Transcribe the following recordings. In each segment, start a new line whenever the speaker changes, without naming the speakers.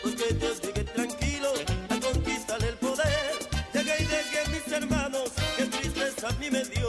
Porque Dios llegue tranquilo a conquistar el poder. Llegué y dejé a mis hermanos, que tristeza a mí me dio.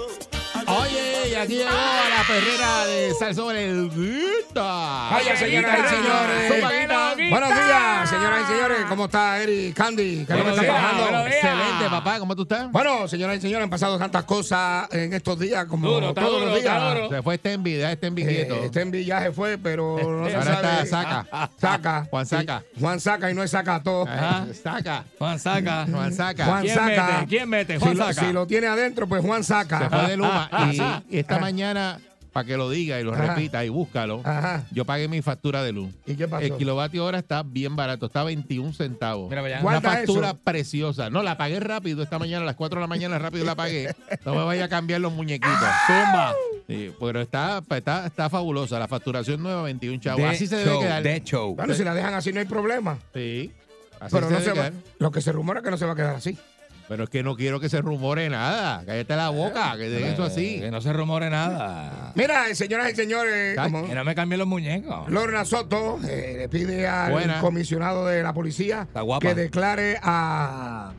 Oye, y aquí llegó la perrera de Salsón el Guita.
Vaya, señoras y señores.
Zumba, Guita.
Buenos días, señoras y señores. ¿Cómo está Eric Candy? ¿Qué es lo que
Buenos
está
días,
pasando?
buenos días. Excelente, papá. ¿Cómo tú estás?
Bueno, señoras y señores, han pasado tantas cosas en estos días como
Duro, está
todos
duro,
los días.
está duro.
Se fue este envidia, este envidieto.
Eh, este en Villaje fue, pero no se
Este, Ahora
sabe. Ah,
está Saca.
Saca.
Juan Saca.
Y- Juan Saca y no es Sacató.
Ajá, Saca.
Juan saca.
Juan Saca.
Juan
¿Quién
Saca.
mete? ¿Quién mete? Juan
si, lo,
Saca.
si lo tiene adentro, pues Juan
Se fue de
Saca. Ah,
Luma. Y, y esta
Ajá.
mañana, para que lo diga y lo
Ajá.
repita y búscalo,
Ajá.
yo pagué mi factura de luz.
¿Y qué pasó?
El kilovatio hora está bien barato, está a 21 centavos.
Mira para allá.
Una
Guarda
factura
eso.
preciosa. No, la pagué rápido esta mañana, a las 4 de la mañana rápido la pagué. No me vaya a cambiar los muñequitos.
Zumba.
Sí, pero está, está, está fabulosa. La facturación nueva, 21 chavos.
De
Así se debe
show,
quedar.
De show.
Bueno, si la dejan así no hay problema.
Sí. Así
Pero
se
no
debe
se va,
quedar.
lo que se rumora es que no se va a quedar así.
Pero es que no quiero que se rumore nada. Cállate la boca, que dejen eso así.
Que no se rumore nada.
Mira, eh, señoras y señores,
Calle.
como-
Que no me cambien los muñecos.
Lorna Soto eh, le pide al
Buena.
comisionado de la policía
Está guapa.
que declare a,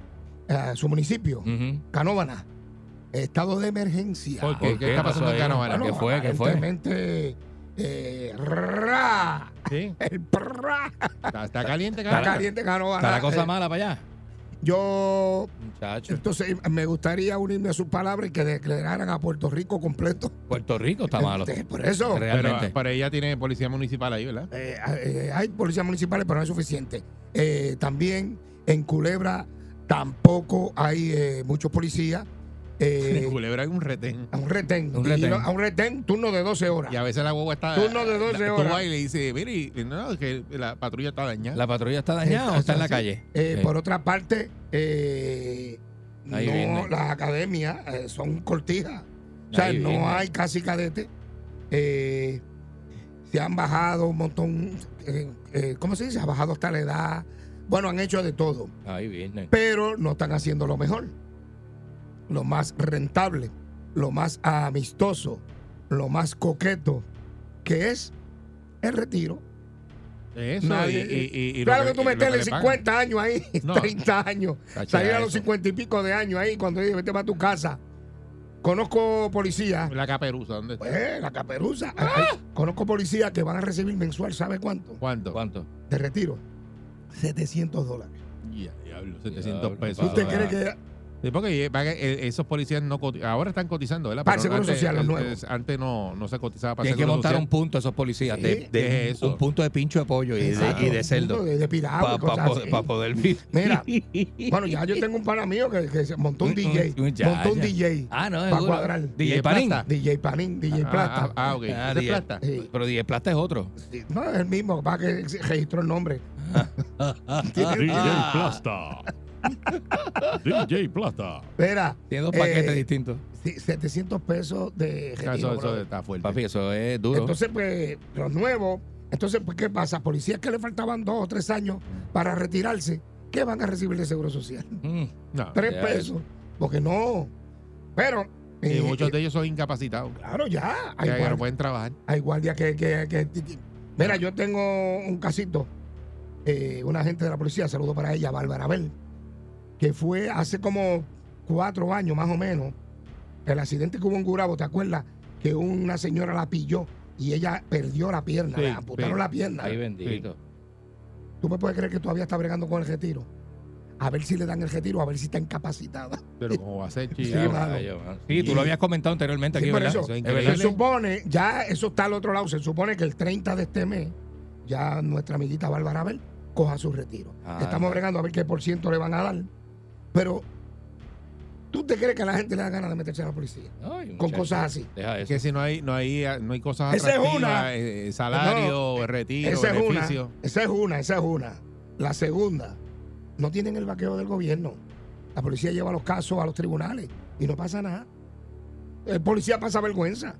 a su municipio,
Ujú.
Canóvana, estado de emergencia.
¿Por qué? ¿Qué, está pasando en
ahí?
Canóvana?
¿Qué fue? ¿Qué
Este
fue?
aparentemente, eh, ra,
Sí.
el pra,
Está, está caliente,
está
cara.
caliente Canóvana.
Está la cosa
Eh,
mala para allá.
Yo,
Muchacho.
entonces, me gustaría unirme a sus palabras y que declararan a Puerto Rico completo.
Puerto Rico está malo.
Este, Por eso,
Real.
Pero,
Realmente.
pero ella tiene policía municipal ahí, ¿verdad?
Eh, eh, hay policías municipales, pero no es suficiente. Eh, también en Culebra tampoco hay eh, muchos policías. Eh,
En Culebra hay un retén.
a un retén.
Un
y
retén.
no- a un retén, turno de 12 horas.
Y a veces la guagua está.
Turno de 12
la- tú
horas.
vas y le dice, mire, y- no, es que la patrulla está dañada.
¿La patrulla está dañada o está en la
Sí.
calle?
Eh,
Sí.
Por otra parte, eh,
Ahí
no,
viene.
las academias eh, son cortijas. O sea,
Ahí
no
viene.
hay casi cadetes. Eh, se han bajado un montón. eh, eh, ¿Cómo se dice? Ha bajado hasta la edad. Bueno, han hecho de todo.
Ahí viene.
pero no están haciendo lo mejor, lo más rentable, lo más amistoso, lo más coqueto, que es el retiro.
Eso,
Nadie-
y- y- y- y lo
claro que, tú
y lo
meterle
le pagan.
50 años ahí,
No.
30 años,
Cacho,
salir a
eso.
los 50 y pico de años ahí cuando dice, vete para tu casa. Conozco policías,
La caperuza, ¿dónde está?
eh, la caperuza, ay, conozco policías que van a recibir mensual, ¿sabe cuánto?
¿Cuánto?
¿Cuánto?
De retiro, 700 dólares.
Ya, diablo, 700
Diablo,
pesos.
¿Usted
Ah.
cree que
Sí, porque eh, va que, eh, esos policías no coti- ahora están cotizando, ¿verdad?
Para el Seguro Social, los
el-
nuevos.
es- Antes no, no se cotizaba para el
Tienen que
Seguro
montar un
Social.
punto esos policías.
Sí,
de, de-
¿qué es eso?
Un punto de pincho de pollo y de, y de cerdo.
De, de piragua y
Para
cosas así.
poder vivir.
Mira, bueno, ya yo tengo un pana mío que, que se montó un DJ. montó un DJ.
Ah, no,
Para
seguro.
cuadrar.
DJ
DJ
Panín.
Plata.
DJ Panín, DJ
Ah,
Plata.
Ah, ah, ok.
Ah,
¿Ese es
DJ.
plata?
Sí.
Pero DJ Plata es otro.
Sí, No, es el mismo, para que se registró el nombre. Ah, Tiene-
Plasta. DJ Plasta.
Mira,
Tiene dos paquetes
eh,
distintos.
sí, 700 pesos de
Ah,
retiro,
Eso, eso
brother.
está fuerte.
Papi, eso es duro.
Entonces, pues, los nuevos. Entonces, pues, ¿qué pasa? Policías que le faltaban dos o tres años para retirarse, ¿qué van a recibir de Seguro Social?
Mm.
No.
Tres
ya,
pesos. Porque no. Pero.
Y
eh,
muchos
eh,
de ellos son incapacitados.
Claro, ya.
Que,
hay
que no
guardias.
pueden trabajar.
Hay guardias que, que- que- que- Mira, yo tengo un casito, eh, una agente de la policía, saludo para ella, Bárbara Bell, que fue hace como cuatro años más o menos, el accidente que hubo en Gurabo, ¿te acuerdas? Que una señora la pilló y ella perdió la pierna,
Sí,
le amputaron
sí.
la pierna.
Ay, bendito.
¿Tú me puedes creer que todavía está bregando con el retiro? A ver si le dan el retiro, a ver si está incapacitada.
Pero como va a ser chido.
Sí,
Ay,
mano.
ay, ay. Sí, tú lo habías comentado anteriormente
Sí,
aquí,
por
¿verdad?
eso.
es
Es
Se
Dale.
increíble.
supone, ya eso está al otro lado, se supone que el 30 de este mes, ya nuestra amiguita Bárbara Abel coja su retiro.
Ah,
Estamos
no.
bregando a ver qué por ciento le van a dar. Pero, ¿tú te crees que a la gente le da ganas de meterse a la policía?
Ay,
Con
muchacho,
cosas así.
Deja
Es
eso.
que si no hay, no hay, no hay cosas
Esa es
atractivas,
una.
eh, eh, salario, retiro,
esa es una,
beneficio.
esa es una, esa es una. La segunda, no tienen el vaqueo del gobierno. La policía lleva los casos a los tribunales y no pasa nada. El policía pasa vergüenza.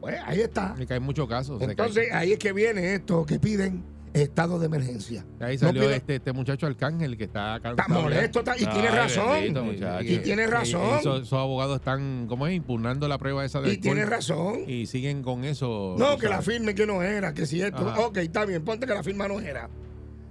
Pues ahí está.
Y que hay muchos casos. se cae.
Entonces, ahí es que viene esto que piden estado de emergencia.
Ahí
No
salió
pido-
este, este muchacho Arcángel que está ¿eh?
Está
cansado.
molesto está- y tiene
Ay,
razón.
bendito, muchacho.
Y tiene razón.
eh, Esos, esos abogados están, ¿cómo es? Impugnando la prueba esa de
Y tiene razón.
Y siguen con eso.
No,
Oh, tú
que la
sabes.
firme que no era, que si esto.
Ajá.
Ok, está bien, ponte que la firma no era.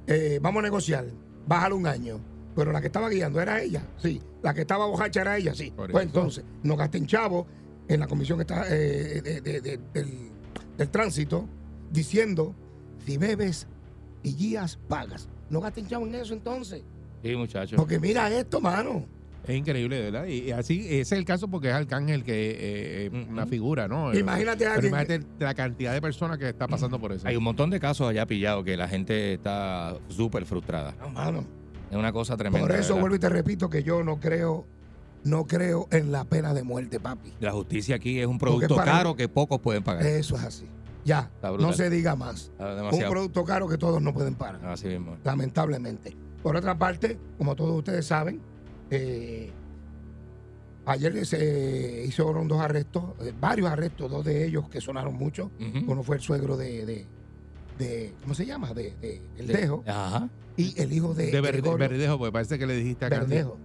Eh, vamos a negociar, bájale un año. Pero la que estaba guiando era ella, sí. La que estaba bojacha era ella, sí.
Por
Pues
eso.
entonces, no gasten chavo en la comisión que está, eh, de- de- de- del, del tránsito diciendo: si bebes y guías, pagas. No gasten chavo en eso entonces.
Sí, muchachos.
Porque mira esto, mano.
Es increíble, ¿verdad? Y y así, ese es el caso porque es Arcángel que eh, eh,
Ujú.
una figura, ¿no?
Imagínate
Pero
a alguien. que-
imagínate la cantidad de personas que está pasando por eso.
Hay un montón de casos allá pillados que la gente está súper frustrada.
No, mano.
Es una cosa tremenda.
Por eso
¿verdad?
vuelvo y te repito que yo no creo, no creo en la pena de muerte, papi.
La justicia aquí es un
Porque
producto
para-
caro que pocos pueden pagar.
Eso es así. Ya,
Está brutal.
no se diga más.
Está
Un
demasiado. Ah,
producto caro que todos no pueden pagar,
Así mismo.
lamentablemente. Por otra parte, como todos ustedes saben, eh, ayer se hicieron dos arrestos, eh, varios arrestos, dos de ellos que sonaron mucho.
Ujú.
Uno fue el suegro de, de- de- ¿cómo se llama? De, de- El
De-
Dejo
Ajá.
y el hijo de,
de Verde-
Gregorio
Verdejo, porque parece que le dijiste a Candy.
Verdejo.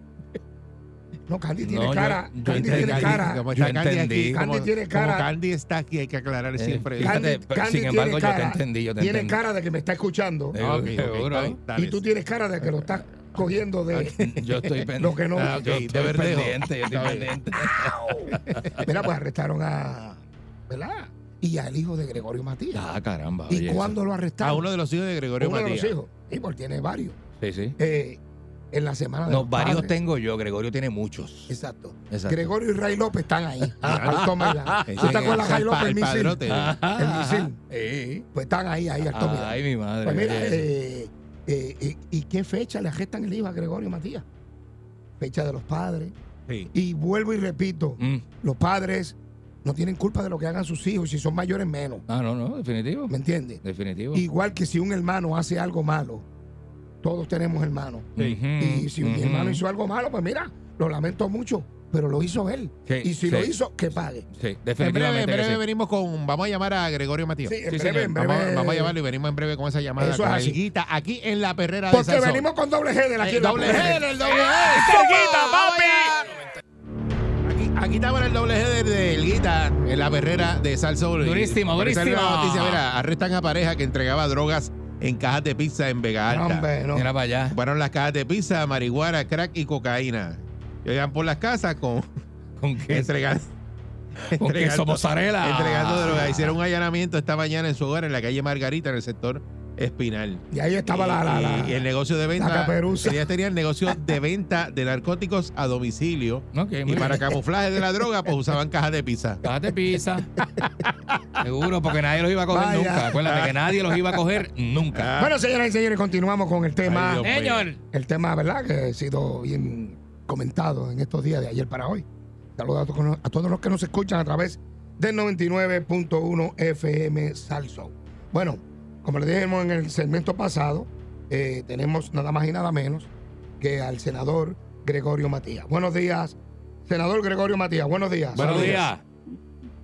No, Candy tiene
No, yo-
cara,
yo
Candy
entendí.
tiene cara.
Como
Yo
está Candy
entendí.
aquí,
Candy
como-
tiene cara-
como Candy está aquí, hay que aclarar
Eh,
siempre.
fíjate,
Candy-
pero
Candy
sin embargo,
tiene
yo te
cara-
entendí, yo te
Tiene
entendí.
cara de que me está escuchando.
Eh,
Ah, ok, ok,
Seguro.
está bien, dale.
Y tú tienes cara de que lo estás cogiendo de.
Yo estoy pendiente.
Lo que no-
Ah, ok,
de
estoy
verdejo.
pendiente, yo estoy
Está bien.
pendiente.
Mira, pues arrestaron a. ¿Verdad? Y al hijo de Gregorio Matías.
Ah, caramba.
¿Y
oye, eso.
cuándo lo
A
arrestaron?
uno de los hijos de Gregorio
Uno de
Matías.
los hijos. Sí, porque tiene varios.
Sí, sí.
Eh, en la semana de.
No,
los
varios
padres.
tengo yo. Gregorio tiene muchos.
Exacto.
Exacto.
ah, Gregorio y Ray López están ahí. al toma y dame. ¿Tú
Ese-
te acuerdas de
ese
Ray López,
pa-
el misil?
padrote.
El misil.
Eh.
Pues están ahí, ahí, al toma y dame.
Ay, mi madre.
Pues mira,
oye, eso.
eh, eh, eh, ¿y qué fecha le arrestan el hijo a Gregorio Matías? Fecha de los padres.
Sí.
Y vuelvo y repito,
Mm.
los padres no tienen culpa de lo que hagan sus hijos, y si son mayores menos,
Ah, no, no, definitivo.
¿me entiendes?
Definitivo.
Igual que si un hermano hace algo malo, todos tenemos hermanos.
Ujú,
Y si mi
ujú.
hermano hizo algo malo, pues mira, lo lamento mucho, pero lo hizo él.
Sí,
Y si
sí,
lo hizo, que pague.
Sí,
En breve, en
definitivamente. que
breve
sí.
venimos con. Vamos a llamar a Gregorio Matías.
Sí, en
Sí,
breve,
señor.
en breve.
Vamos, a- vamos a llamarlo y venimos en breve con esa llamada.
Eso es
con
así.
Elguita, aquí en la perrera de
Porque
Salsón.
venimos con doble G de la
Eh,
aquí en la
doble
mujer.
G, el doble
¡Ah!
G. Aquí, aquí estamos en el doble G de, de Elguita, en la perrera de Salsón.
Durísimo, durísimo.
noticia, mira, arrestan a pareja que entregaba drogas en cajas de pizza en Vega
No,
Alta.
hombre, no.
Mira para allá.
Ocuparon las cajas de pizza, marihuana, crack y cocaína. Llegan por las casas con
¿Con qué?
entregan-
¿Con qué
entregando,
Ah.
mozzarella?
entregando drogas. Hicieron un allanamiento esta mañana en su hogar en la calle Margarita, en el sector Espinal.
Y ahí estaba la, la, la-
Y el negocio de
la
venta.
caperuza.
Ellas tenían negocio de venta de narcóticos a domicilio.
Ok,
Y
mira.
para camuflaje de la droga, pues usaban cajas de pizza.
Bájate pizza. Seguro, porque nadie los iba a coger
Vaya. Ah,
nunca. Acuérdate que nadie los iba a coger nunca.
Bueno, señoras y señores, continuamos con el tema.
Ay, Dios mío.
el tema, ¿verdad? Que ha sido bien comentado en estos días de ayer para hoy. Saludos a todos, a todos los que nos escuchan a través del 99.1 FM Salso. Bueno, como le dijimos en el segmento pasado, eh, tenemos nada más y nada menos que al senador Gregorio Matías. Buenos días, senador Gregorio Matías. Buenos días.
Buenos
Saludos.
días.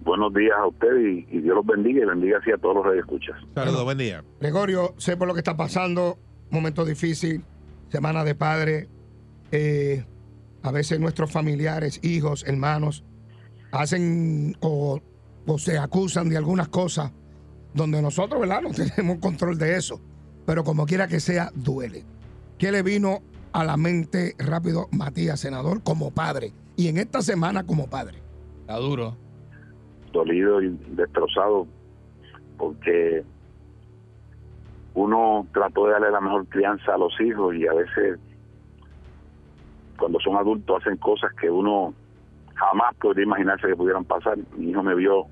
Buenos días a ustedes y, y Dios los bendiga y bendiga así a todos los radioescuchas.
Saludos, buen día.
Gregorio, sé por lo que está pasando, momento difícil, semana de padre. eh, a veces nuestros familiares, hijos, hermanos, hacen o, o se acusan de algunas cosas donde nosotros, ¿verdad?, no tenemos control de eso. Pero como quiera que sea, duele. ¿Qué le vino a la mente rápido Matías, senador, como padre? Y en esta semana como padre.
Está duro.
Dolido y destrozado porque uno trató de darle la mejor crianza a los hijos y a veces cuando son adultos hacen cosas que uno jamás podría imaginarse que pudieran pasar. Mi hijo me vio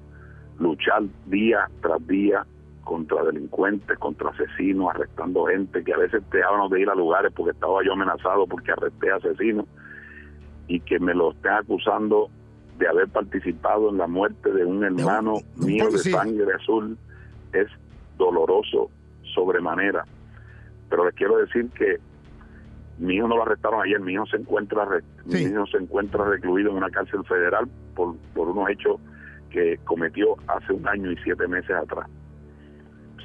luchar día tras día contra delincuentes, contra asesinos, arrestando gente, que a veces te dejaban de ir a lugares porque estaba yo amenazado porque arresté asesinos y que me lo estén acusando de haber participado en la muerte de un hermano
de un
mío de
policía.
sangre azul es doloroso sobremanera. Pero les quiero decir que mi hijo no lo arrestaron ayer, mi hijo se encuentra re-
Sí.
mi hijo se encuentra recluido en una cárcel federal por, por unos hechos que cometió hace un año y siete meses atrás.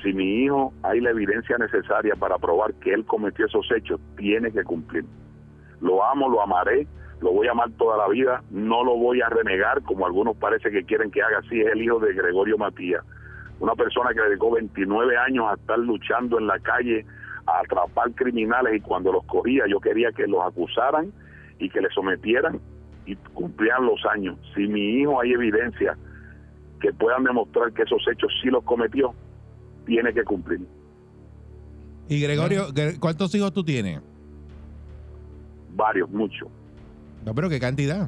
si mi hijo hay la evidencia necesaria para probar que él cometió esos hechos, tiene que cumplir. Lo amo, lo amaré, lo voy a amar toda la vida, no lo voy a renegar como algunos parece que quieren que haga. Así es el hijo de Gregorio Matías, una persona que dedicó 29 años a estar luchando en la calle, a atrapar criminales y cuando los cogía yo quería que los acusaran y que le sometieran y cumplían los años. Si mi hijo hay evidencia que puedan demostrar que esos hechos sí los cometió, tiene que cumplir.
Y Gregorio, Gre- ¿cuántos hijos tú tienes?
Varios, muchos.
No, pero qué cantidad.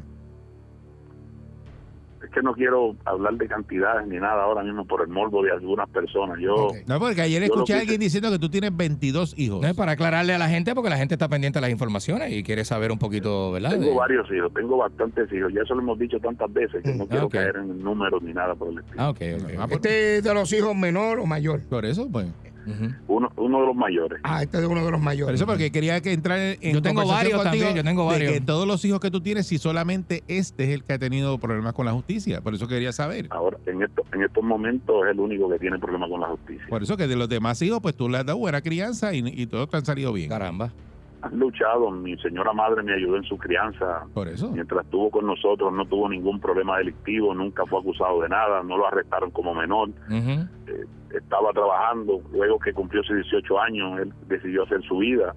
Es que no quiero hablar de cantidades ni nada ahora mismo por el morbo de algunas personas. Yo
Ok.
No, porque ayer
Yo lo
escuché a
quise.
alguien diciendo que tú tienes 22 hijos.
No es para aclararle a la gente porque la gente está pendiente de las informaciones y quiere saber un poquito, ¿verdad?
tengo
De-
varios hijos, tengo bastantes hijos. Ya eso lo hemos dicho tantas veces que no
Mm,
quiero
ok.
caer en números ni nada por el estilo.
Ah, ok, ok.
Ah, por,
¿Este es de los hijos menor o mayor?
por eso, pues.
Ujú.
Uno, uno de los mayores.
Ah, este es de uno de los
Por
mayores.
eso, porque quería que entrar en
Yo tengo
conversación
varios
contigo
también, yo tengo
de
varios.
que todos los hijos que tú tienes, si solamente este es el que ha tenido problemas con la justicia. Por eso quería saber.
Ahora, en, esto, en estos momentos es el único que tiene problema con la justicia.
Por eso que de los demás hijos, pues tú le has dado buena crianza y, y todos te han salido bien.
Caramba.
Han luchado, mi señora madre me ayudó en su crianza.
Por eso.
Mientras estuvo con nosotros no tuvo ningún problema delictivo, nunca fue acusado de nada, no lo arrestaron como menor.
Ujú.
estaba trabajando, luego que cumplió sus 18 años, él decidió hacer su vida,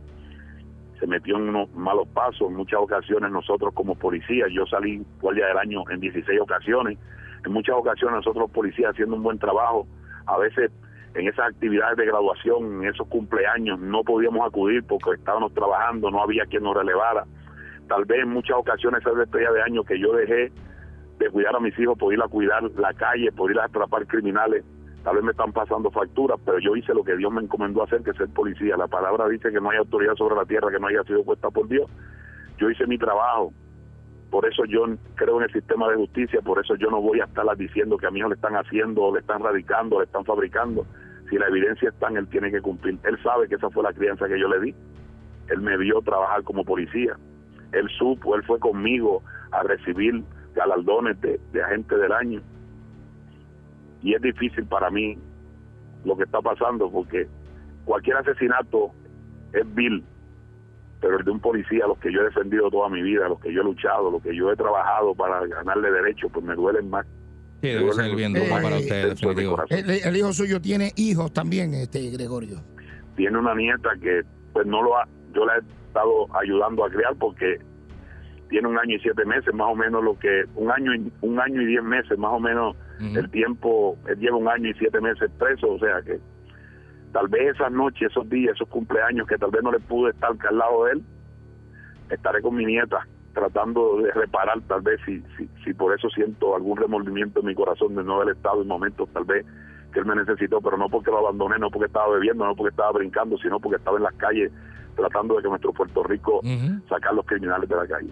se metió en unos malos pasos, en muchas ocasiones nosotros como policías, yo salí guardia del año en 16 ocasiones, en muchas ocasiones nosotros policías haciendo un buen trabajo, a veces en esas actividades de graduación, en esos cumpleaños, no podíamos acudir porque estábamos trabajando, no había quien nos relevara. Tal vez en muchas ocasiones esa despedida de año que yo dejé de cuidar a mis hijos, por ir a cuidar la calle, por ir a atrapar criminales, tal vez me están pasando facturas, pero yo hice lo que Dios me encomendó hacer, que es ser policía. La palabra dice que no hay autoridad sobre la tierra que no haya sido puesta por Dios. Yo hice mi trabajo. Por eso yo creo en el sistema de justicia, por eso yo no voy a estarlas diciendo que a mi hijo le están haciendo, le están radicando, le están fabricando. Si la evidencia está, él tiene que cumplir. Él sabe que esa fue la crianza que yo le di. Él me vio trabajar como policía. Él supo, él fue conmigo a recibir galardones de, de agente del año y es difícil para mí lo que está pasando porque cualquier asesinato es vil, pero el de un policía, los que yo he defendido toda mi vida, los que yo he luchado, los que yo he trabajado para ganarle derechos, pues me duelen más.
Sí, debe ser bien duro
Eh,
para usted,
dentro de mi
definitivo.
corazón.
El, el hijo suyo tiene hijos también, este Gregorio.
Tiene una nieta que pues no lo ha, yo la he estado ayudando a criar porque tiene un año y siete meses más o menos lo que un año y, un año y diez meses más o menos
Ujú.
el tiempo, él lleva un año y siete meses preso, o sea que tal vez esas noches, esos días, esos cumpleaños que tal vez no le pude estar que al lado de él, estaré con mi nieta tratando de reparar tal vez si, si, si por eso siento algún remordimiento en mi corazón de no haber estado en momentos tal vez que él me necesitó, pero no porque lo abandoné, no porque estaba bebiendo, no porque estaba brincando, sino porque estaba en las calles tratando de que nuestro Puerto Rico
Ujú.
sacar los criminales de la calle.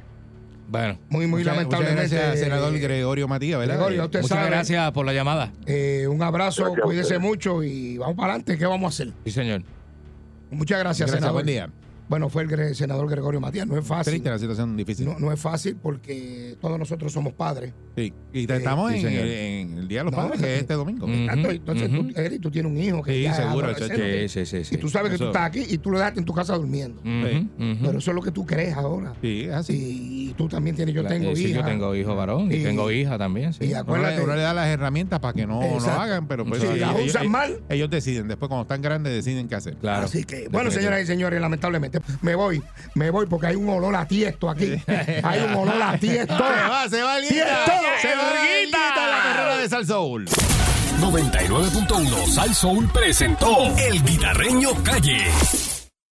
Bueno,
Muy, muy
Muchas-
lamentablemente. eh,
Muchas gracias, senador Gregorio Matías, ¿verdad?
Gregorio, usted
muchas
sabe.
gracias por la llamada.
eh, un abrazo,
Gracias a
cuídese
ustedes.
mucho y vamos para adelante. ¿Qué vamos a hacer?
Sí, señor.
Muchas gracias,
Gracias,
senador.
buen día.
Bueno, fue el gre- senador Gregorio Matías. No es fácil.
Triste la situación difícil.
No, no es fácil porque todos nosotros somos padres.
Sí. Y te- estamos
sí,
en,
señor.
el, en el Día de los
No,
Padres, que es este domingo.
Mm. Ujú,
Tanto, Entonces,
ujú.
tú, Eric, tú tienes un hijo que
Sí,
ya es
seguro,
adolescente.
Sí, sí, sí. sí.
Y tú sabes que tú
Eso.
estás aquí y tú lo dejaste en tu casa durmiendo.
Ujú,
Sí.
ujú.
Pero eso es lo que tú crees ahora.
Sí, es así.
Sí, y tú también tienes, yo
La-
tengo
eh, sí,
hija.
yo tengo hijo varón y,
Y-
tengo hija también. Sí.
Y
Uno le-
acuérdate,
Uno, le, da las herramientas para que no, no
Exacto.
hagan, pero pues
si
ellos,
las
ellos-
usas mal,
ellos deciden. Después, cuando están grandes, deciden qué hacer.
Claro.
así que, bueno,
Definitivo.
señoras y señores, lamentablemente, me voy, me voy porque hay un olor a tiesto aquí. hay un olor a tiesto.
Se va, se va, Alguita.
¡Tiesto!
Se va, Alguita, la perrera de Sal Soul.
99.1 Sal Soul presentó El Guitarreño Calle.